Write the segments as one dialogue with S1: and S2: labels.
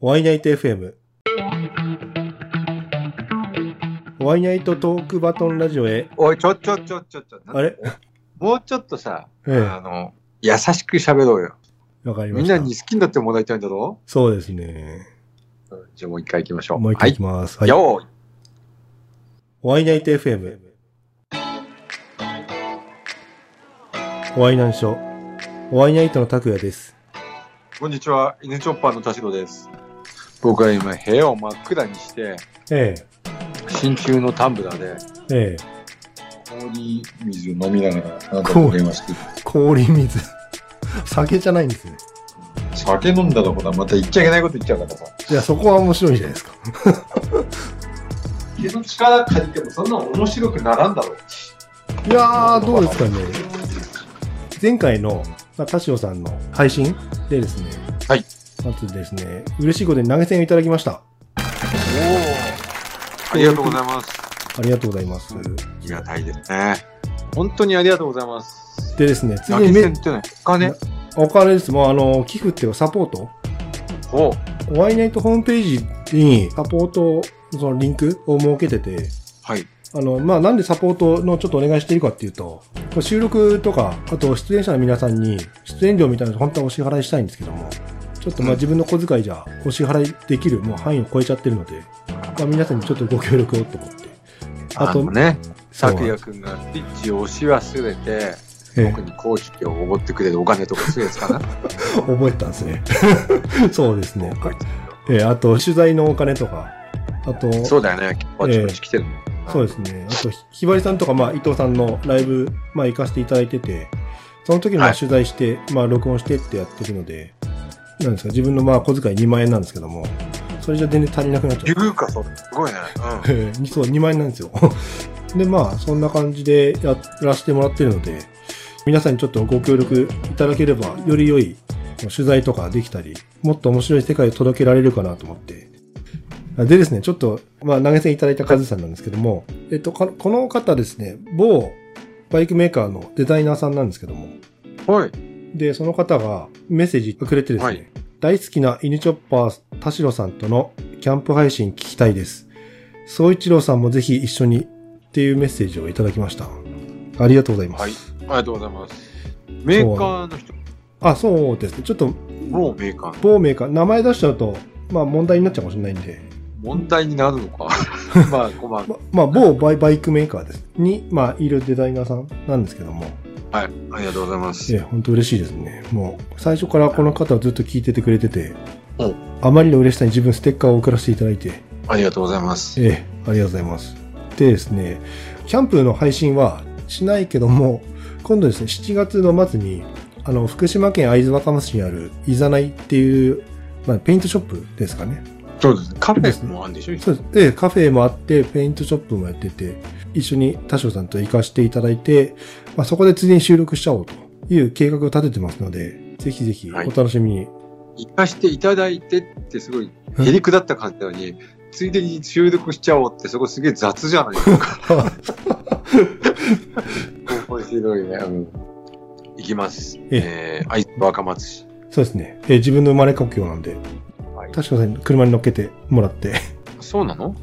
S1: ワイナイト FM。ワイナイトトークバトンラジオへ。
S2: おい、ちょ、ちょ、ちょ、ちょ、ちょ、
S1: あれ
S2: もうちょっとさ、
S1: え
S2: あの、優しく喋ろうよ。
S1: え、わかりま
S2: みん
S1: し
S2: な
S1: た。
S2: に好きになってもらいたいんだろ
S1: そうですね。
S2: じゃあもう一回行きましょう。
S1: もう一回いきます。
S2: はい。
S1: はい。
S2: よーい。
S1: ワイナイト FM。ワイナンショ。ワイナイトの拓也です。
S2: こんにちは、犬チョッパーの田代です。僕は今、部屋を真っ暗にして、
S1: え
S2: 真鍮のタンブラーで、
S1: え、ええ。
S2: 氷水を飲みながら、なんか電話してる。
S1: 氷水。酒じゃないんですね。
S2: 酒飲んだらほら、また言っちゃいけないこと言っちゃうからさ。
S1: いや、そこは面白いじゃないですか。
S2: 家の力借りてもそんな面白くならんだろう。
S1: いやー、どうですかね。前回の、まあ、田代さんの配信でですね。
S2: はい。
S1: まずですね、嬉しいことに投げ銭をいただきました。
S2: おー。ありがとうございます。
S1: ありがとうございます。
S2: ありがたいですね。本当にありがとうございます。
S1: でですね、次
S2: 投
S1: に
S2: げ
S1: め
S2: 銭ってね、お金
S1: なお金です。もうあの、寄付っていうかサポート。
S2: を、
S1: ワイナイトホームページにサポート、そのリンクを設けてて、
S2: はい。
S1: あの、まあ、なんでサポートのちょっとお願いしているかっていうと、これ収録とか、あと出演者の皆さんに、出演料みたいなの本当はお支払いしたいんですけども、ちょっとまあ
S2: うん
S1: 自分の小遣いじゃお支払いできるもう範囲を超えちゃってるので、まあ、皆さんにちょっとご協力をと思って。あ
S2: あ
S1: と
S2: とね、
S1: そう
S2: 拓也くんがスイッチを押し忘れて、
S1: ええ
S2: 僕にコーヒーをおごってくれるお金とかそういうやつかな。
S1: 覚えてたんですね。 そうですね。ええあと取材のお金とか、あと、
S2: そうだよね、結構あちこち来てるもん
S1: そうですね。あと、ひひばりさんとか、まあ、伊藤さんのライブ、まあ、行かせていただいてて、その時にまあ
S2: はい
S1: 取材して、まあ、録音してってやってるので、なんですか、自分のまあ、小遣い2万円なんですけども、それじゃ全然足りなくなっちゃ
S2: 言
S1: う。
S2: うか、そう。すごいね。うん。
S1: えーそう、2万円なんですよ。 で、まあ、そんな感じでやらせてもらってるので、皆さんにちょっとご協力いただければ、より良い取材とかできたり、もっと面白い世界を届けられるかなと思って。でですね、ちょっと、まあ、投げ銭いただいたカズさんなんですけども、えっと、かこの方ですね、某バイクメーカーのデザイナーさんなんですけども、
S2: はい。
S1: で、その方がメッセージくれてですね、
S2: はい
S1: 大好きな犬チョッパー田代さんとのキャンプ配信聞きたいです。総一郎さんもぜひ一緒にっていうメッセージをいただきました。ありがとうございます。
S2: はい。ありがとうございます。メーカーの人、
S1: あ、そうですね。ちょっと、
S2: もうメーカーの
S1: 某メーカー、名前出しちゃうと、まあ問題になっちゃうかもしれないんで、
S2: 問題になるの か。まあ、困る。
S1: ままあ某バイバイクメーカーです。に、まあいるデザイナーさんなんですけども、
S2: はい。ありがとうございます。
S1: ええ、本当嬉しいですね。もう、最初からこの方をずっと聞いててくれてて、
S2: うん
S1: あまりの嬉しさに自分ステッカーを送らせていただいて、
S2: ありがとうございます。
S1: ええ、ありがとうございます。でですね、キャンプの配信はしないけども、今度ですね、7月の末に、あの、福島県会津若松市にある、いざないっていう、まあ、ペイントショップですかね。
S2: そうですね。カフェもあるんでしょ
S1: そうです。で、カフェもあって、ペイントショップもやってて、一緒に田代さんと行かせていただいて、まあ、そこでついでに収録しちゃおうという計画を立ててますので、ぜひぜひお
S2: はい
S1: 楽しみに。
S2: 行かしていただいてってすごい、へりくだった感じなのに、ついでに収録しちゃおうって、そこすげえ雑じゃないですか。面白いね。うん。行きます。えー、会津若松市。
S1: そうですね。えー自分の生まれ故郷なんで、
S2: はい
S1: 田代さんに車に乗っけてもらって、
S2: そうなの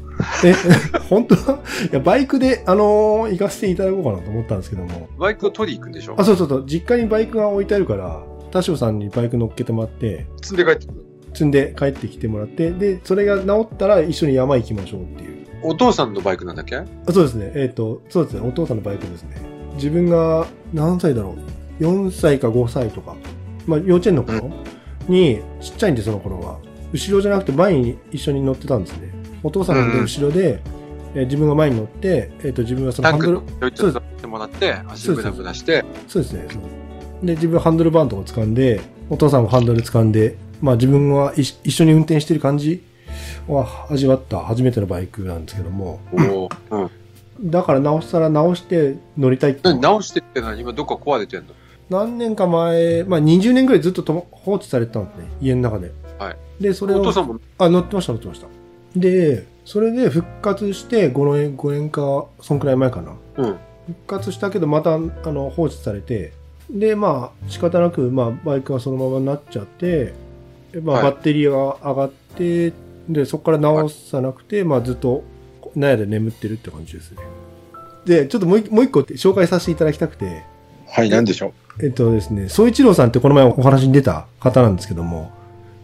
S1: え、 本当はいや、バイクで、あのー行かせていただこうかなと思ったんですけども。
S2: バイクを取り行くんでしょ
S1: あ、そうそうそう、実家にバイクが置いてあるから、田代さんにバイク乗っけてもらって、
S2: 積んで帰ってくる。
S1: 積んで帰ってきてもらって、で、それが治ったら一緒に山行きましょうっていう。
S2: お父さんのバイクなんだっけ
S1: あそうですね、えっ、と、そうですね、お父さんのバイクですね。自分が何歳だろう ?4 歳か5歳とか。まあ、幼稚園の頃に、ちっちゃいんで、その頃は。後ろじゃなくて前に一緒に乗ってたんですね。お父さんが
S2: うん
S1: 後ろで、えー自分が前に乗って、えっ、と、自分はそのハ
S2: タ
S1: ン
S2: ンク
S1: ドル
S2: の、ちょいちょい取ってもらって、足ぶらぶらして、
S1: そうですね。そうで、自分ハンドルバーンとか掴んで、お父さんもハンドル掴んで、まあ自分は一一緒に運転してる感じは味わった初めてのバイクなんですけども、
S2: おーうん。
S1: だからなおさら直して乗りたいって
S2: 何直してってのは今どっか壊れてんの
S1: 何年か前、まあ20年ぐらいずっととも放置されてたんですね、家の中で。。
S2: はい
S1: で、それ
S2: お父
S1: を、
S2: さんも、
S1: あ、乗ってました、乗ってました。で、それで復活して5年、5年か、そんくらい前かな。
S2: うん。
S1: 復活したけどまたあの放置されてでまあ仕方なく、まあ、バイクはそのままになっちゃってまあ、
S2: はい
S1: バッテリーが上がって、で、そこから直さなくて、まあ、ずっと、納屋で眠ってるって感じですね。で、ちょっともう一もう一個紹介させていただきたくて、
S2: はい、なんでしょ
S1: えっとですね、総一郎さんってこの前お話に出た方なんですけども、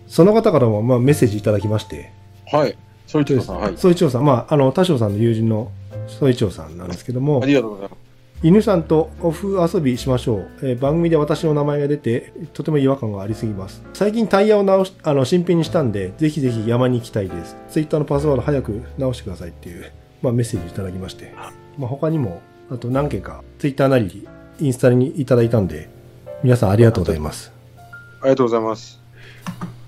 S1: その方からも、まあ、メッセージいただきまして、
S2: う。はい。そういちさん、はい。
S1: 総一郎さん、まあ、あの、田代さんの友人の総一郎さんなんですけども
S2: あ、りがとうございます。
S1: 犬さんとオフ遊びしましょう、えー番組で私の名前が出てとても違和感がありすぎます最近タイヤを直しあの新品にしたんでぜひぜひ山に行きたいですツイッターのパスワード早く直してくださいっていう、まあ、メッセージいただきまして、まあ、他にもあと何件かツイッターなりインスタにいただいたんで皆さんありがとうございます
S2: ありがとうございます。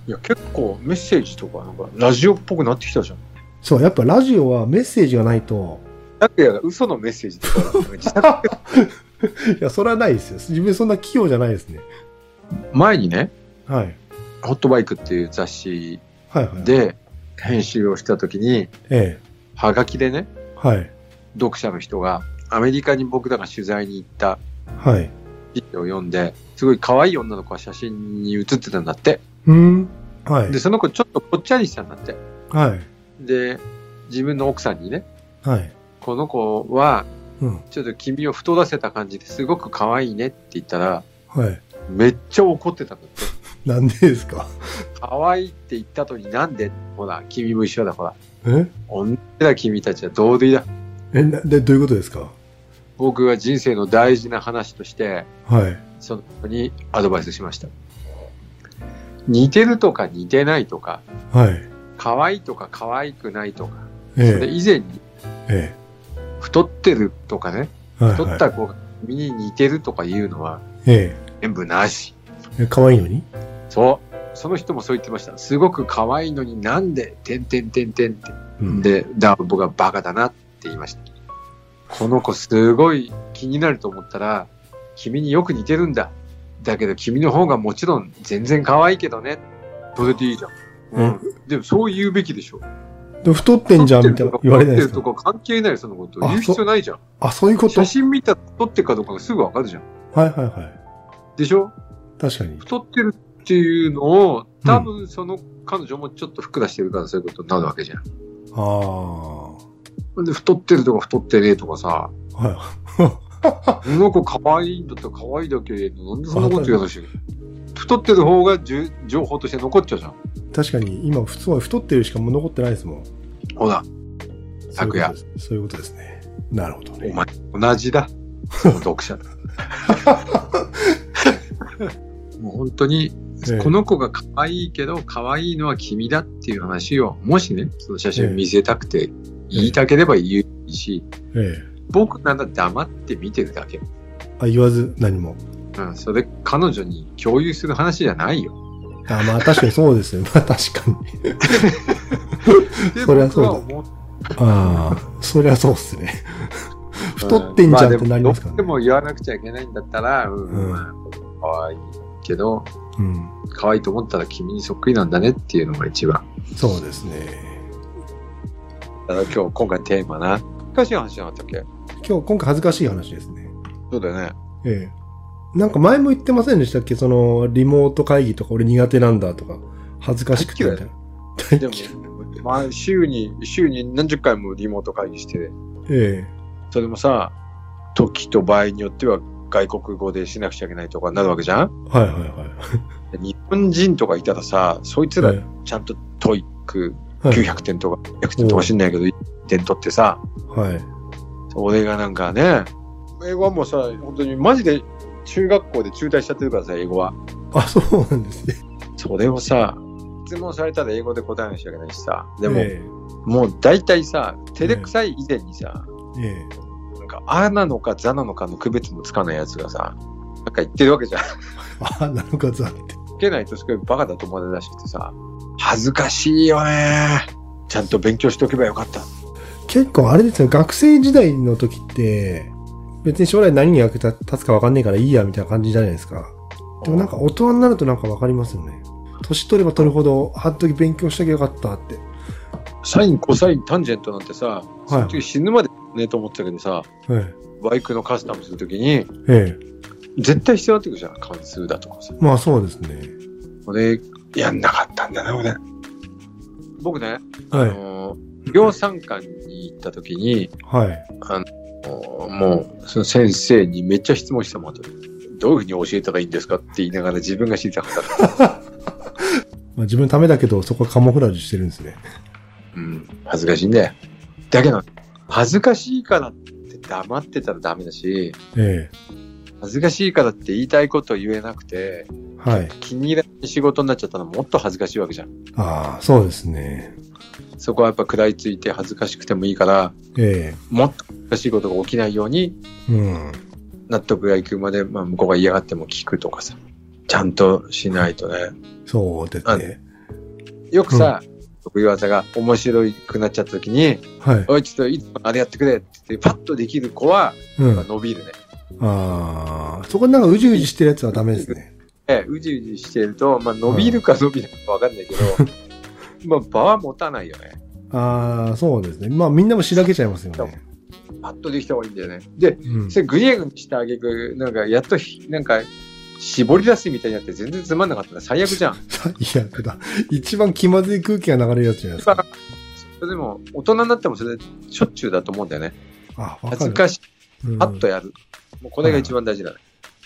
S2: いや、結構メッセージとか、なんか、ラジオっぽくなってきたじゃん。
S1: そうやっぱラジオはメッセージがないと
S2: なんかやら、嘘のメッセージとか、自宅
S1: いやそれはないですよ自分そんな器用じゃないですね
S2: 前にね、
S1: はい
S2: ホットバイクっていう雑誌
S1: はいはい
S2: で編集をした時に、
S1: え
S2: はがきでね、
S1: えはい
S2: 読者の人が、アメリカに僕らが取材に行った
S1: はい
S2: 記事を読んで、すごい可愛い女の子が写真に写ってたんだって。
S1: うんはい
S2: で、その子ちょっとぽっちゃりしたんだって。
S1: はい
S2: で、自分の奥さんにね、
S1: はい
S2: この子は、
S1: うん
S2: ちょっと君を太らせた感じですごく可愛いねって言ったら、
S1: はい。
S2: めっちゃ怒ってたんだって。
S1: なんでですか
S2: 可愛いって言った後になんでほら、君も一緒だ、ほら。
S1: え
S2: 女だ、君たちは同類だ。
S1: えなで、どういうことですか
S2: 僕は人生の大事な話として、
S1: はい。
S2: その子にアドバイスしました。似てるとか似てないとか、
S1: はい。
S2: 可愛いとか可愛くないとか、
S1: え
S2: それ
S1: え
S2: 以前に
S1: え
S2: 太ってるとかね、
S1: え。はい、
S2: 太
S1: は
S2: っ
S1: い。
S2: た子が君に似てるとか言うのは
S1: え
S2: 全部なし。
S1: え。え可愛いのに
S2: そう。その人もそう言ってました。すごく可愛いのになんで、てんてんてんてんって。
S1: うん。
S2: で、ダーボがバカだなって言いました。この子すごい気になると思ったら、君によく似てるんだ。だけど君の方がもちろん全然可愛いけどね。それでいいじゃん。うん。でもそう言うべきでしょ。
S1: で太ってんじゃんみたいな言われないです
S2: 撮って
S1: か
S2: るとか関係ないよそのこと。
S1: あ
S2: 言う必要ないじゃん。
S1: あ、そういうこと
S2: 写
S1: はい
S2: 真見たら太ってるかどうかがすぐわかるじゃん。
S1: はいはい。
S2: でしょ
S1: 確かに。
S2: 太ってるっていうのを、多分その彼女もちょっとふっくらしてるからそういうことになるわけじゃん。
S1: ああ。は
S2: で、太ってるとか太ってねえとかさ、
S1: い。
S2: この子可愛いんだったら可愛いだけで、なんでそんなこと言うのしいの太ってる方がじゅ情報として残っちゃうじゃん。
S1: 確かに、今、普通は太ってるしかもう残ってないですもん。
S2: ほら、
S1: そう
S2: 昨
S1: いう
S2: 夜
S1: ことですそういうことですね。なるほど
S2: お
S1: ね。
S2: 前、同じだ。その読者だ。 もう本当に、
S1: ええ
S2: この子が可愛いけど、可愛いのは君だっていう話を、もしね、その写真を見せたくて、言いたければ言うし、
S1: え
S2: 僕なら黙って見てるだけ。
S1: え。あ、言わず何も。
S2: うん、それ彼女に共有する話じゃないよ。
S1: あ、まあ確かにそうですね。まあ確かに。
S2: で
S1: そりゃそうだ
S2: 僕は思っ
S1: ああ、そりゃそうっすね。 太ってんじゃんってなりますから
S2: で
S1: ね。
S2: も言わなくちゃいけないんだったら、うん、
S1: うん
S2: まあ可愛いけど、
S1: うん。
S2: 可愛いと思ったら君にそっくりなんだねっていうのが一番。
S1: そうですね。
S2: だから今日、今回テーマな。難しい話じゃなかったっけ
S1: 今日、今回恥ずかしい話ですね。
S2: そうだよね。
S1: ええ。なんか前も言ってませんでしたっけその、リモート会議とか俺苦手なんだとか、恥ずかしくてみたいな。大
S2: で
S1: 嫌
S2: も
S1: い、
S2: まあ、週に、週に何十回もリモート会議して、
S1: え
S2: それもさ、時と場合によっては外国語でしなくちゃいけないとかなるわけじゃん
S1: え。はいはいはい。
S2: 日本人とかいたらさ、そいつら
S1: え
S2: ちゃんとトイック
S1: えはい
S2: 900点とか100点とか知んないけど、1点取ってさ、
S1: はい。
S2: 俺がなんかね、英語はもうさ、本当にマジで中学校で中退しちゃってるからさ、英語は。
S1: あ、そうなんですね。
S2: それをさ、質問されたら英語で答えなきゃいけないしさ、でも、
S1: え
S2: もう大体さ、照れくさい以前にさ、
S1: ええ
S2: なんか、あなのかざなのかの区別もつかないやつがさ、なんか言ってるわけじゃん。
S1: え。あ、なのかざって。
S2: 受けないとすごいバカだと思われるらしくてさ、恥ずかしいよねちゃんと勉強しておけばよかった。
S1: 結構あれですよ、学生時代の時って、別に将来何に役立つか分かんねえからいいや、みたいな感じじゃないですか。でもなんか大人になるとなんか分かりますよね。年取れば取るほど、あの時勉強しときゃよかったって。
S2: サイン、コサイン、タンジェントなんてさ、その時死ぬまでねと思ってたけどさ、
S1: はい。
S2: バイクのカスタムするときに、
S1: ええ。
S2: 絶対必要になってくるじゃん。関数だとかさ。
S1: まあそうですね。
S2: これ、
S3: やんなかったんだな、俺。
S2: 僕ね、あ
S1: はい。
S2: のー、量産館に行った時に、
S1: はい。
S2: おもう、その先生にめっちゃ質問したもん、どういうふうに教えたらいいんですかって言いながら自分が知りたかった。
S1: まあ、自分のためだけど、そこはカモフラージュしてるんですね。
S2: うん、恥ずかしいんだよ。だけど、恥ずかしいからって黙ってたらダメだし、
S1: え
S2: 恥ずかしいからって言いたいことを言えなくて、
S1: えはい。
S2: 気に入らない仕事になっちゃったのもっと恥ずかしいわけじゃん。
S1: ああ、そうですね。
S2: そこはやっぱ食らいついて恥ずかしくてもいいから、
S1: え
S2: もっと恥ずかしいことが起きないように、
S1: えうん。
S2: 納得がいくまで、まあ、向こうが嫌がっても聞くとかさ、ちゃんとしないとね。
S1: そうですね。
S2: よくさ、得意技が面白くなっちゃった時に、
S1: はい。
S2: おい、ちょっといつもあれやってくれって言って、パッとできる子は、
S1: うん。
S2: 伸びるね。
S1: ああ、そこなんかうじうじしてるやつはダメですね。
S2: ええうじうじしてると、まあ、伸びるか伸びないかわかんないけど、 まあ、場は持たないよね。
S1: ああ、そうですね。まあみんなもしらけちゃいますよね。
S2: パッとできた方がいいんだよね。で、
S1: うん
S2: それグリエグにしてあげく、なんか、やっとひ、なんか、絞り出すみたいになって全然つまんなかったら最悪じゃん。
S1: 最悪だ。一番気まずい空気が流れるやつじゃないです
S2: 一番
S1: か。
S2: それでも、大人になってもそれ、しょっちゅうだと思うんだよね。
S1: あ、わ
S2: 恥
S1: か
S2: ず
S1: る。
S2: かしい。
S1: うん
S2: パッとやる。もうこれが一番大事だね。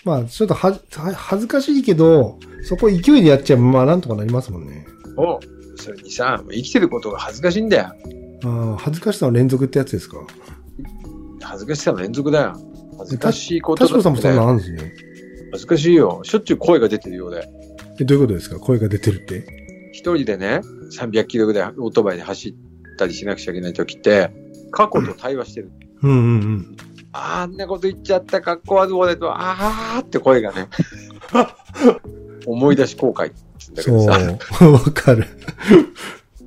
S1: まあちょっとはは恥ずかしいけど、そこ勢いでやっちゃえばまあなんとかなりますもんね。
S2: おそれにさ、生きてることが恥ずかしいんだよ。
S1: ああ、恥ずかしさの連続ってやつですか。
S2: 恥ずかしさの連続だよ。恥ずかしいこと
S1: 確か
S2: だっ
S1: さんも
S2: て
S1: そん
S2: ね
S1: なのあるんですね。
S2: 恥ずかしいよ。しょっちゅう声が出てるようで。
S1: え、どういうことですか声が出てるって。
S2: 一人でね、300キロぐらいオートバイで走ったりしなくちゃいけない時って、過去と対話してる。
S1: うんうんうん。
S2: あんなこと言っちゃった、格好はどうだと、あーって声 がね、思い出し後悔って言うんだけ
S1: そう。
S2: どさ、
S1: わかる。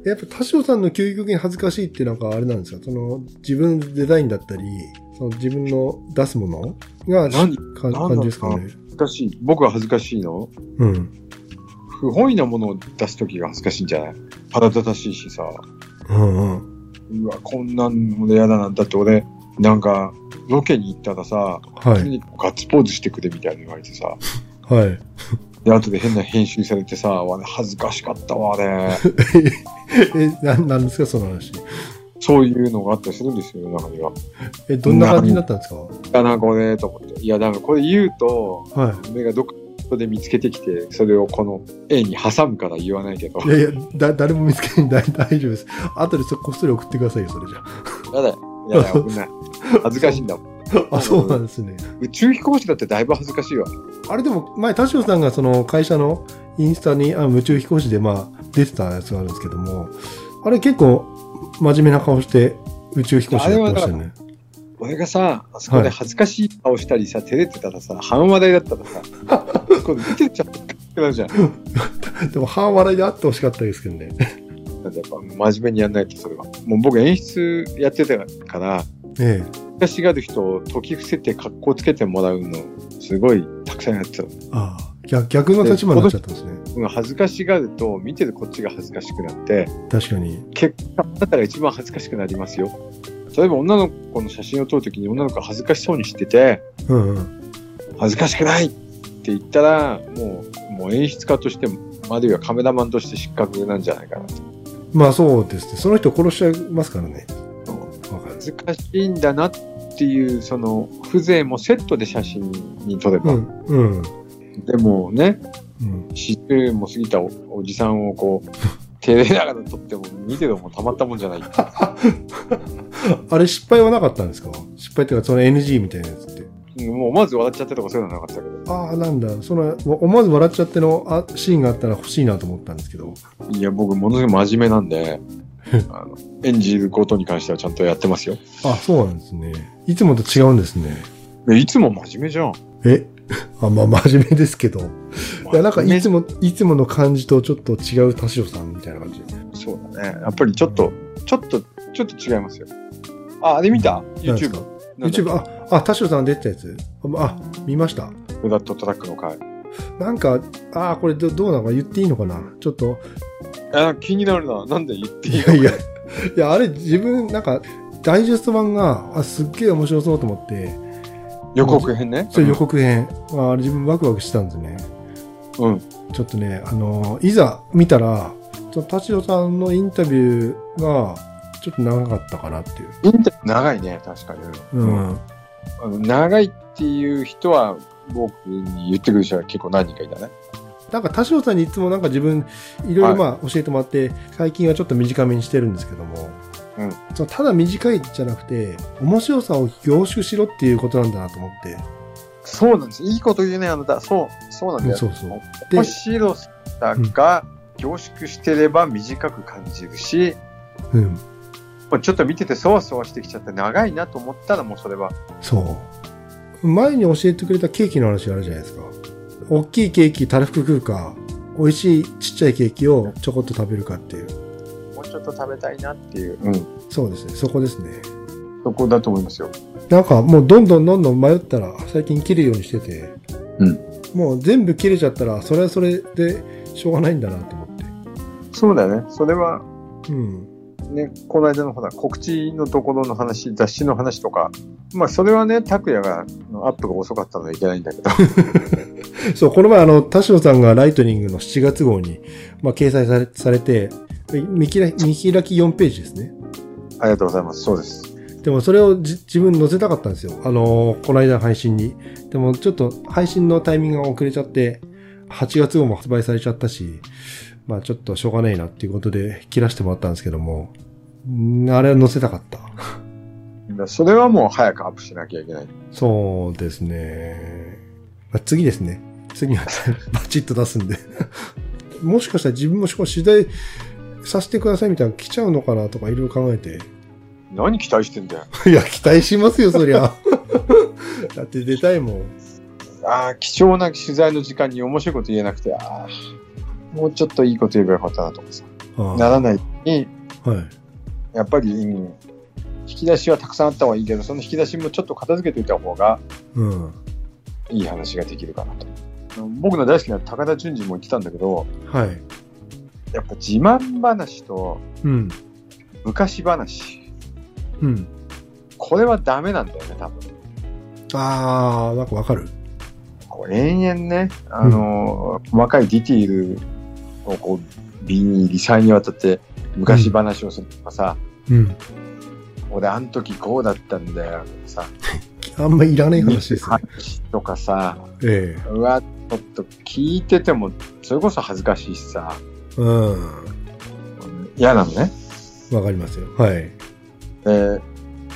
S1: やっぱ田代さんの究極に恥ずかしいってなんかあれなんですかその自分のデザインだったり、その自分の出すものが
S2: 何
S3: なんだろ
S1: か
S3: うな
S1: 感じですかね。
S3: 恥ずかしい。僕は恥ずかしいの
S1: うん。
S3: 不本意なものを出すときが恥ずかしいんじゃない腹立たしいしさ。
S1: うんうん。
S3: うわ、こんなんも嫌だな。だって俺、なんか、ロケに行ったらさ、
S1: は
S3: と
S1: い。
S3: にかくガッツポーズしてくれみたいに言われてさ。
S1: はい。
S3: で、後で変な編集されてさ、わ恥ずかしかったわ、あれ。
S1: え、ななんですかその話。
S3: そういうのがあったりするんですよ、世の中には。
S1: え、どんな感じになったんですか
S3: いや、なんか俺、と思って。いや、なんかこれ言うと、
S1: はい。
S3: 俺がどっかで見つけてきて、それをこの絵に挟むから言わないけど
S1: い。やいや、だ、誰も見つけない。大大丈夫です。後でそこっそり送ってくださいよ、それじゃ
S3: やだよ。やだよ、危ない。恥ずかしいんだもん。
S1: あ。あ、そうなんですね。
S3: 宇宙飛行士だってだいぶ恥ずかしいわ。
S1: あれでも、前、田代さんがその会社のインスタに、あの、宇宙飛行士で、まあ、出てたやつがあるんですけども、あれ結構、真面目な顔して、宇宙飛行士やってましたよね。
S3: 俺がさ、あそこで恥ずかしい顔したりさ、照れてたらさ、半話題だったらさ、これ見てちゃってなるじゃん。だ
S1: でも、半笑いであってほしかったですけどね。
S3: ってやっぱ真面目にやんないと、それは。もう僕演出やってたから、
S1: ええ。
S3: 恥ずかしがる人を解き伏せて格好つけてもらうの、すごいたくさんやってた。
S1: ああ、逆、逆の立場になっちゃったんですね。
S3: うん恥ずかしがると、見てるこっちが恥ずかしくなって、
S1: 確かに。
S3: 結果、あなたが一番恥ずかしくなりますよ。例えば女の子の写真を撮るときに女の子が恥ずかしそうにしてて、
S1: うんうん。
S3: 恥ずかしくないって言ったら、もう、もう演出家としても、あるいはカメラマンとして失格なんじゃないかなと。
S1: まあ、そうですね。その人殺しちゃいますからね。わかる。
S3: 恥ずかしいんだなっていう、その、風情もセットで写真に撮れ
S1: う
S3: ば。
S1: ん。うん。
S3: でもね、
S1: うん。
S3: 40も過ぎたおおじさんをこう、照れながら撮っても、見てるもたまったもんじゃない。
S1: あれ、失敗はなかったんですか失敗っていうか、その NG みたいなやつって。
S3: もう思わず笑っちゃったとかそういうのはなかったけど。
S1: ああ、なんだ。その、思わず笑っちゃってのあシーンがあったら欲しいなと思ったんですけど。
S3: いや、僕、ものすごい真面目なん で、あの演じることに関してはちゃんとやってますよ。
S1: あ、そうなんですね。いつもと違うんですね。
S3: えいつも真面目じゃん。
S1: えあ、まあ、真面目ですけど。いや、なんか、いつ
S3: も。
S1: も、いつもの感じとちょっと違う田代さんみたいな感じ。
S3: そうだね。やっぱりちょっと、ちょっと、ちょっと違いますよ。あ、あれ見た
S1: なんです
S3: ?YouTube
S1: か。。
S3: なんだ
S1: YouTube、あ、あ、田代さんが出てたやつ。あ、あ見ました。
S3: ブラッドトラックの回。い
S1: なんか、ああ、これどどうなのか言っていいのかなちょっと、
S3: や気になるな。なんで言っていい
S1: いやいや、いや、あれ自分、なんか、ダイジェスト版が、あ、すっげえ面白そうと思って、
S3: 予告編ね。
S1: そう予告編、ああれ自分ワクワクしてたんですね。
S2: うん。
S1: ちょっとね、あのいざ見たら、ちょっと田代さんのインタビューが、ちょっと長かったかなっていう。
S2: インタビュー長いね、確かに。
S1: うん。
S2: あの長いっていう人は、僕に言ってくる人は結構何人かいたね。
S1: なんか田代さんにいつもなんか自分、いろいろまあ教えてもらって、最近はちょっと短めにしてるんですけども、
S2: うん
S1: そのただ短いじゃなくて、面白さを凝縮しろっていうことなんだなと思って。
S2: そうなんです。いいこと言うね、あなた。そう、そうなんだよ。
S1: そうそう。で
S2: 面白さが凝縮してれば短く感じるし、
S1: うん。
S2: もうちょっと見ててそわそわしてきちゃって長いなと思ったらもうそれは。
S1: そう。前に教えてくれたケーキの話あるじゃないですか。大きいケーキ、たらふく食うか、美味しいちっちゃいケーキをちょこっと食べるかっていう。
S2: もうちょっと食べたいなっていう、うん、
S1: そうですね。そこですね。
S2: そこだと思いますよ。
S1: なんかもうどんどんどんどん迷ったら最近切るようにしてて、
S2: うん
S1: もう全部切れちゃったらそれはそれでしょうがないんだなと思っ
S2: そうだよね。それは、
S1: て。うん。
S2: ね、この間のほら、告知のところの話、雑誌の話とか、まあそれはね、拓也が、のアップが遅かったのはいけないんだけど、
S1: そう、この前あの、田代さんがライトニングの7月号に、まあ、掲載されされて、見開き見開き4ページですね。
S2: ありがとうございます。そうです。
S1: でもそれをじ自分載せたかったんですよ。あのーこの間の配信に。でもちょっと配信のタイミングが遅れちゃって、8月号も発売されちゃったし、まあちょっとしょうがないなっていうことで切らしてもらったんですけども、んあれは載せたかった。
S2: それはもう早くアップしなきゃいけない。
S1: そうですね。まあ、次ですね。次は バチッと出すんで。 もしかしたら自分もしこう取材させてくださいみたいなの来ちゃうのかなとかいろいろ考えて。
S2: 何期待してんだよ。
S1: いや、期待しますよ、そりゃ。 だって出たいもん。
S2: ああ、貴重な取材の時間に面白いこと言えなくて、ああ、もうちょっといいこと言えばよかったなと思ってさ。
S1: ああ
S2: ならないように、
S1: はい。
S2: やっぱり、うん引き出しはたくさんあった方がいいけど、その引き出しもちょっと片付けておいた方が
S1: うん。はい
S2: い話ができるかなと。僕の大好きな高田純次も言ってたんだけど、
S1: い。
S2: やっぱ自慢話と
S1: うん。
S2: 昔話、
S1: うん。
S2: これはダメなんだよね、多分。
S1: あー、なんかわかる。
S2: こう延々ね、あのー若いディティールをこう、瓶に理細にわたって昔話をするとかさ、
S1: うん。
S2: 俺あの時こうだったんだよとかさ、
S1: あんまいらない話ですね。
S2: 話とかさ、
S1: え
S2: うわ、ちょっと聞いてても、それこそ恥ずかしいしさ、
S1: えうん。
S2: 嫌なのね。
S1: わかりますよ。はい。
S2: で、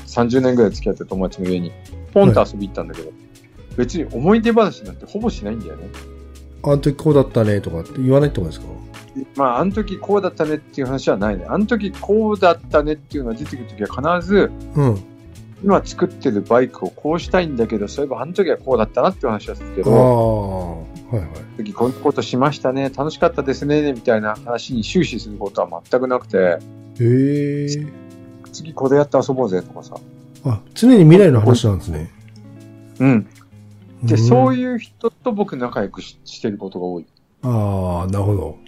S2: 30年ぐらい付き合ってる友達の家に、ポンと遊び行ったんだけど、別に思い出話なんてほぼしないんだよね。
S1: あの時こうだったねとかって言わないってことですか
S2: まあ、あの時こうだったねっていう話はないね。あの時こうだったねっていうのが出てくるときは必ず、
S1: うん。
S2: 今作ってるバイクをこうしたいんだけど、そういえばあの時はこうだったなっていう話はするけ
S1: あー。
S2: ど、あ
S1: はいはい。
S2: の時こういうことしましたね、楽しかったですね、みたいな話に終始することは全くなくて、
S1: ええ
S2: 次これやって遊ぼうぜとかさ。
S1: あ、常に未来の話なんですね。
S2: うん。で、そう
S1: う
S2: いう人と僕仲良くししてることが多い。
S1: ん。あー、なるほど。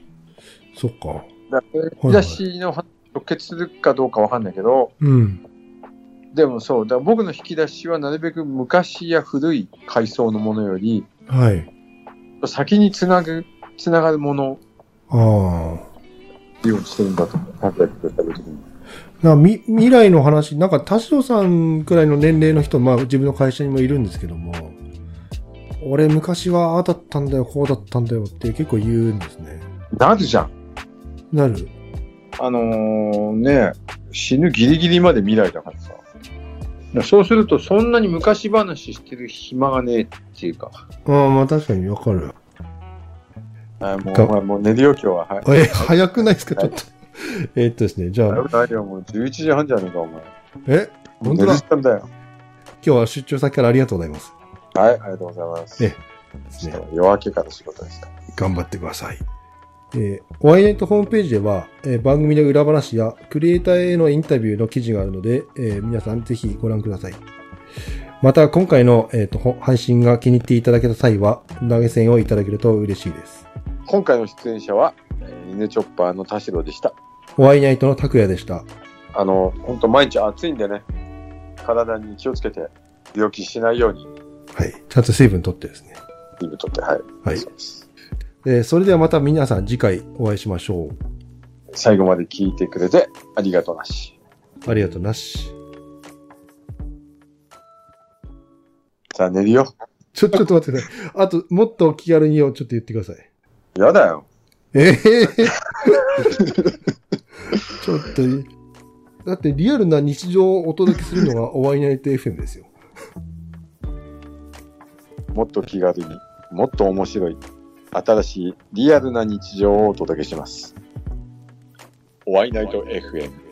S1: そっか。
S2: だから、引き出しの話に直結するかどうかわかんないけど、
S1: うん。
S2: でもそう、だから僕の引き出しはなるべく昔や古い階層のものより、
S1: はい。
S2: 先につなぐ、つながるものを
S1: あー。
S2: 用意してるんだと思う。拓也君と食べる時に
S1: なんかみ未来の話、なんか田代さんくらいの年齢の人、まあ自分の会社にもいるんですけども、俺昔はああだったんだよ、こうだったんだよって結構言うんですね。
S2: なるじゃん。
S1: なる。
S2: あのーね、死ぬギリギリまで未来だからさ。だからそうすると、そんなに昔話してる暇がねえっていうか。
S1: ああ、まあ確かにわかる。
S2: あもう
S1: か
S2: ほら、もう寝るよ、今日は。はい。
S1: え、早くないですか、ちょっと。えーっとですね、じゃ
S2: だ
S1: あ、
S2: いぶもう11時半じゃねえか、お前。
S1: え、本当だ。
S2: 寝る時
S1: 今
S2: 間だよ。
S1: 日は出張先からありがとうございます。
S2: はい、ありがとうございます。
S1: え
S2: 明日は夜明けから仕事ですか
S1: 頑張ってください。えー、ワイネットホームページでは、えー番組の裏話やクリエイターへのインタビューの記事があるので、えー皆さんぜひご覧ください。また、今回の、えー、とほ配信が気に入っていただけた際は、投げ銭をいただけると嬉しいです。
S2: 今回の出演者は、えー、イネチョッパーの田代でした。
S1: ワイナイトの拓也でした。
S2: あの、本当毎日暑いんでね、体に気をつけて、病気しないように、
S1: はい。ちゃんと水分取ってですね。
S2: リブ取って、はい。
S1: はい
S2: そうです
S1: えーそれではまた皆さん次回お会いしましょ
S2: 最後まで聞いてくれてありがとうなし。
S1: う。ありがとうなし。
S2: じゃあ寝るよ。
S1: ちょ、ちょっと待ってください。あと、もっとお気軽にをちょっと言ってください。
S2: やだよ。
S1: ええちょっと、だってリアルな日常をお届けするのがおワイナイト FM ですよ。
S2: もっと気軽に、もっと面白い、新しいリアルな日常をお届けします。おワイナイト FM。